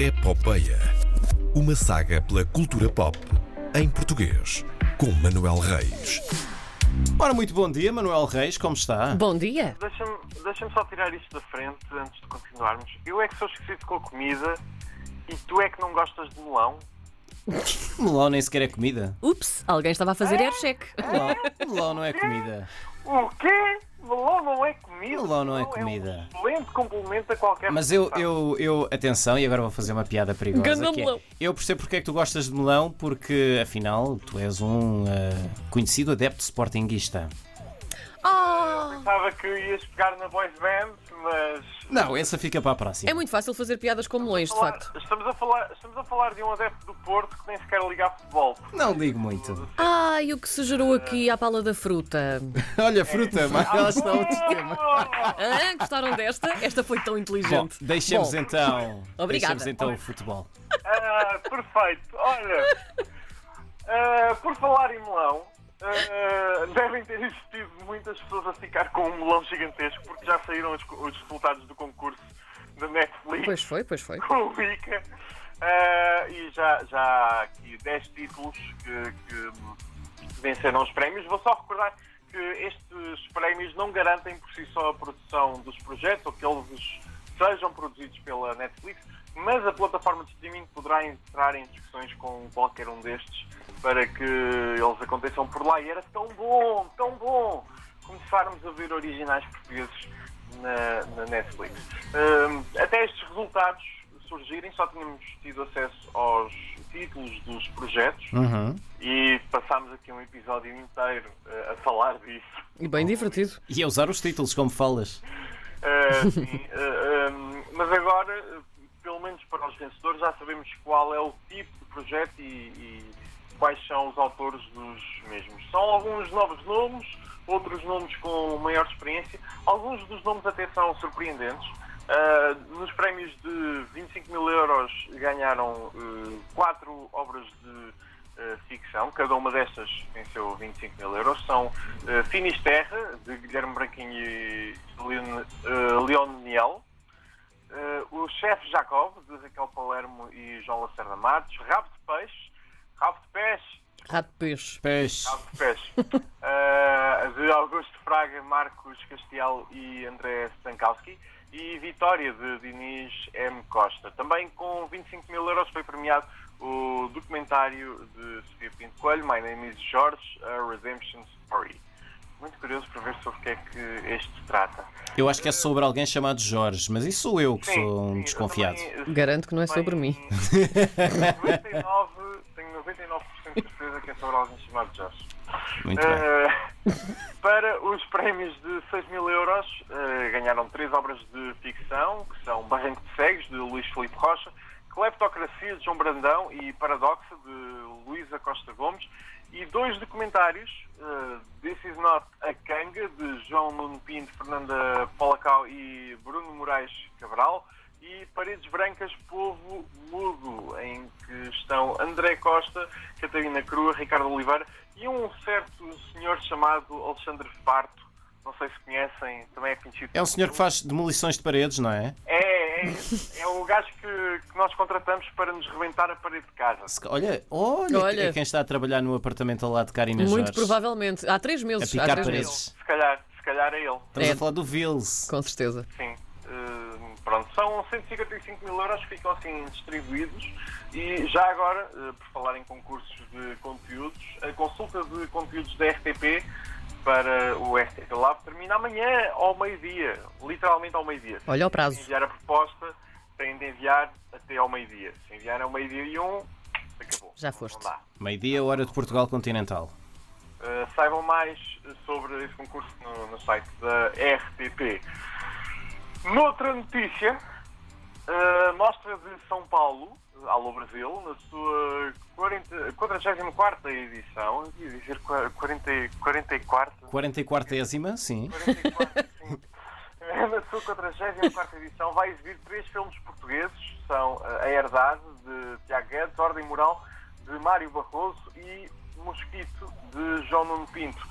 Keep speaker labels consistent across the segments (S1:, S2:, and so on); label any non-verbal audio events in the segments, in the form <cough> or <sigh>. S1: Epopeia. É Uma saga pela cultura pop em português, com Manuel Reis.
S2: Ora, muito bom dia, Manuel Reis, como está?
S3: Bom dia.
S4: Deixa-me deixa só tirar isto da frente antes de continuarmos. Eu é que sou esquecido com a comida e tu é que não gostas de melão.
S2: Melão nem sequer é comida.
S3: Ups, alguém estava a fazer aircheck.
S2: Melão, melão não é comida.
S4: O quê? Melão não é comida?
S2: Melão não é
S4: É
S2: comida.
S4: um excelente complemento a qualquer
S2: Mas eu,
S4: refeição.
S2: eu, eu, atenção, e agora vou fazer uma piada perigosa.
S3: Ganda
S2: que é-
S3: melão.
S2: eu percebo porque é que tu gostas de melão, porque afinal tu és um eh, conhecido adepto sportinguista.
S3: Ah,
S4: Pensava que ias pegar na boys band, mas...
S2: Não, essa fica para a próxima.
S3: é muito fácil fazer piadas com melões, de
S4: Falar-
S3: facto.
S4: Estamos a, falar, estamos a falar de um adepto do Porto que nem sequer liga a futebol.
S2: Não ligo muito.
S3: Ai, o que se gerou aqui à pala da fruta.
S2: Olha,
S3: É
S2: fruta, mas ela está a outro tema.
S3: Ah, gostaram desta? Esta foi tão
S2: Bom,
S3: inteligente.
S2: deixemos
S3: Bom,
S2: então.
S3: <laughs> Obrigada.
S2: Deixemos então o futebol.
S4: Ah, perfeito. Olha, ah, por falar em melão, ah, devem ter existido muitas pessoas a ficar com um melão gigantesco porque já saíram os, os resultados do concurso da Netflix
S3: Pois foi, pois foi.
S4: com o Ica. Ah, e já, já há aqui 10 títulos que, que venceram os prémios. Vou só recordar que estes prémios não garantem por si só a produção dos projetos ou que eles sejam produzidos pela Netflix, mas a plataforma de streaming poderá entrar em discussões com qualquer um destes para que eles aconteçam por lá. E era tão bom, tão bom começarmos a ver originais portugueses na, na Netflix. Hum, até estes resultados surgirem, só tínhamos tido acesso aos títulos dos projetos
S2: Uhum.
S4: e passámos aqui um episódio inteiro eh, a falar disso.
S3: E bem divertido.
S2: E a usar os títulos, como falas.
S4: Eh, sim, eh, hum, mas agora, eh, pelo menos para os vencedores, já sabemos qual é o tipo de projeto e, e quais são os autores dos mesmos. São alguns novos nomes, outros nomes com maior experiência. Alguns dos nomes até são surpreendentes. Eh, nos prémios de 25 mil euros ganharam eh, quatro obras de eh, ficção, cada uma destas venceu 25 mil euros. São eh, Finisterra, de Guilherme Branquinho e Leon, eh, Leon Niel, eh, o chefe Jacob, de Raquel Palermo e João Lacerda Matos, Rabo de Peixe, Rabo de Peixe,
S3: Rato de peixe.
S2: Peixe.
S4: Rabo de Peixe, <laughs> eh, de Augusto Fraga, Marcos Castiel e André Stankowski. E Vitória de Diniz M. Costa. Também com 25 mil euros foi premiado o documentário de Sofia Pinto Coelho, My Name is George, A Redemption Story. Muito curioso para ver sobre o que é que este trata.
S2: Eu acho que é sobre alguém chamado Jorge, mas isso sou eu que sou um
S4: eu
S2: desconfiado.
S4: também- eh,
S3: Garanto que não é sobre mim.
S4: 99, tenho 99% de certeza que é sobre alguém chamado Jorge.
S2: Muito bem.
S4: Eh, para os prémios de 6 mil euros, eh, ganharam três obras de ficção, que são Um Barranco de Cegos, de Luís Filipe Rocha, Cleptocracia, de João Brandão e Paradoxa, de Luísa Costa Gomes, e dois documentários, eh, This Is Not a Canga, de João Nuno Pinto, Fernanda Polacau e Bruno Moraes Cabral, e Paredes Brancas Povo Mudo, em que estão André Costa, Catarina Crua, Ricardo Oliveira e um certo senhor chamado Alexandre Farto. Não sei se conhecem, também é conhecido.
S2: É um senhor que faz demolições de paredes, não é?
S4: É, é, é o gajo que, que nós contratamos para nos reventar a parede de casa.
S2: Se- Olha, olha,
S3: Olha.
S2: é quem está a trabalhar no apartamento ao lado de Karina
S3: Muito
S2: Jorge.
S3: provavelmente. Há três
S2: A
S3: meses. Há
S2: picar
S3: três meses.
S2: paredes.
S4: Se calhar, se calhar é ele.
S2: Estamos
S3: É.
S2: a falar do Vils.
S3: Com certeza.
S4: Sim. Eh, pronto, são 155 mil euros que ficam assim distribuídos e já agora, eh, por falar em concursos de conteúdos, a consulta de conteúdos da RTP para o RTP Lab termina amanhã ao meio-dia, literalmente ao meio-dia.
S3: Olha o
S4: Se
S3: prazo.
S4: enviar a proposta, têm de enviar até ao meio-dia. Se enviar ao meio-dia e um, acabou.
S3: Já foste.
S4: Não dá.
S2: Meio-dia, hora de Portugal Continental.
S4: Uh, saibam mais sobre esse concurso no, no site da RTP. Noutra notícia, a Mostra de São Paulo, Alô Brasil, na sua 40 44 edição, eu ia dizer 40, 44,
S2: 44ª, sim.
S4: 44, sim. <laughs> Na sua 44 edição vai exibir três filmes portugueses, são eh, A Herdade, de Tiago Guedes, Ordem Moral, de Mário Barroso e Mosquito, de João Nuno Pinto.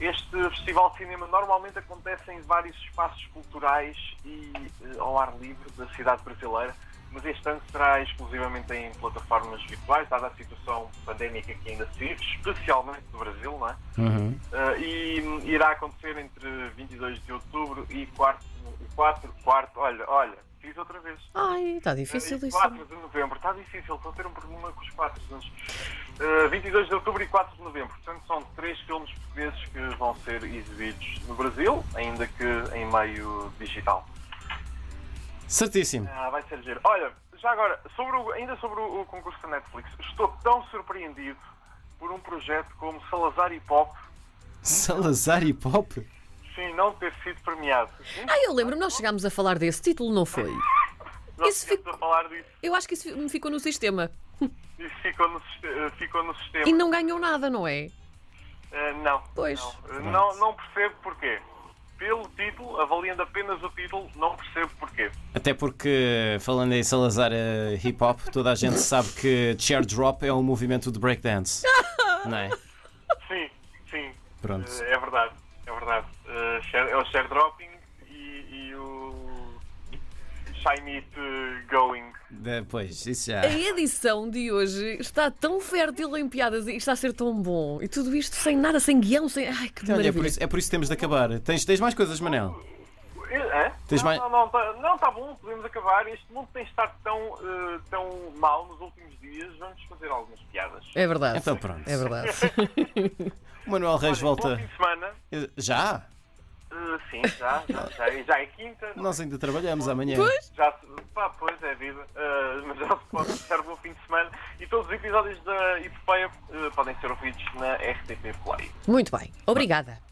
S4: Este Festival de Cinema normalmente acontece em vários espaços culturais e eh, ao ar livre da cidade brasileira, mas este ano será exclusivamente em plataformas virtuais, dada a situação pandémica que ainda se vive, especialmente no Brasil, não é?
S2: Uhum.
S4: Uh, e hum, irá acontecer entre 22 de outubro e 4, 4, 4 olha, olha, fiz outra vez. Ah,
S3: Ai, está difícil
S4: E
S3: isso. é?
S4: 4 de novembro, está difícil, estou a ter um problema com os 4 anos. Uh, 22 de outubro e 4 de novembro, portanto são três filmes portugueses que vão ser exibidos no Brasil, ainda que em meio digital.
S2: Certíssimo.
S4: Ah, vai ser giro. Olha, já agora, sobre o- ainda sobre o, o concurso da Netflix, estou tão surpreendido por um projeto como Salazar e Pop,
S2: Salazar e Pop?
S4: sim, não ter sido premiado.
S3: Ah, eu lembro-me, nós chegámos a falar desse título, não foi?
S4: Nós
S3: Isso
S4: estivemos a falar disso.
S3: Eu acho que isso me ficou no sistema.
S4: Isso ficou no, siste- eh, ficou no sistema.
S3: E não ganhou nada, não é?
S4: Eh, não.
S3: Pois.
S4: Não. Eh, não. não percebo porquê. Pelo título, avaliando apenas o título, não percebo porquê.
S2: Até porque, falando em Salazar eh, Hip Hop, toda a gente sabe que Chair Drop é um movimento de
S3: <laughs>
S2: breakdance. Não é?
S4: Sim, sim.
S2: Pronto.
S4: Eh, é verdade. É verdade. Eh, share- é o share dropping e, e o shiny it eh, going.
S2: Depois, isso já.
S3: A edição de hoje está tão fértil em piadas e está a ser tão bom. E tudo isto sem nada, sem guião, sem. Ai, que
S2: Olha, é por,
S3: maravilha.
S2: isso, é por isso que temos de acabar. Tens, tens mais coisas, Manel?
S4: Eh, hã?
S2: Tens
S4: não,
S2: mais-
S4: não, não, tá, não, tá bom, podemos acabar. Este mundo tem estado tão, eh, tão mal nos últimos dias. Vamos fazer algumas piadas.
S3: É verdade.
S2: Então pronto.
S3: É verdade. <laughs>
S2: O Manuel Reis
S4: Bom
S2: volta.
S4: fim de semana.
S2: Eh, Já?
S4: Eh, sim, já, já, já, já é quinta. não é?
S2: Nós ainda trabalhamos amanhã.
S3: Pois.
S4: Já se, pá, pois é vida, eh, mas já se pode deixar um bom fim de semana e todos os ah, episódios da Epopeia eh, podem ser ouvidos na RTP Play.
S3: Muito bem. Obrigada.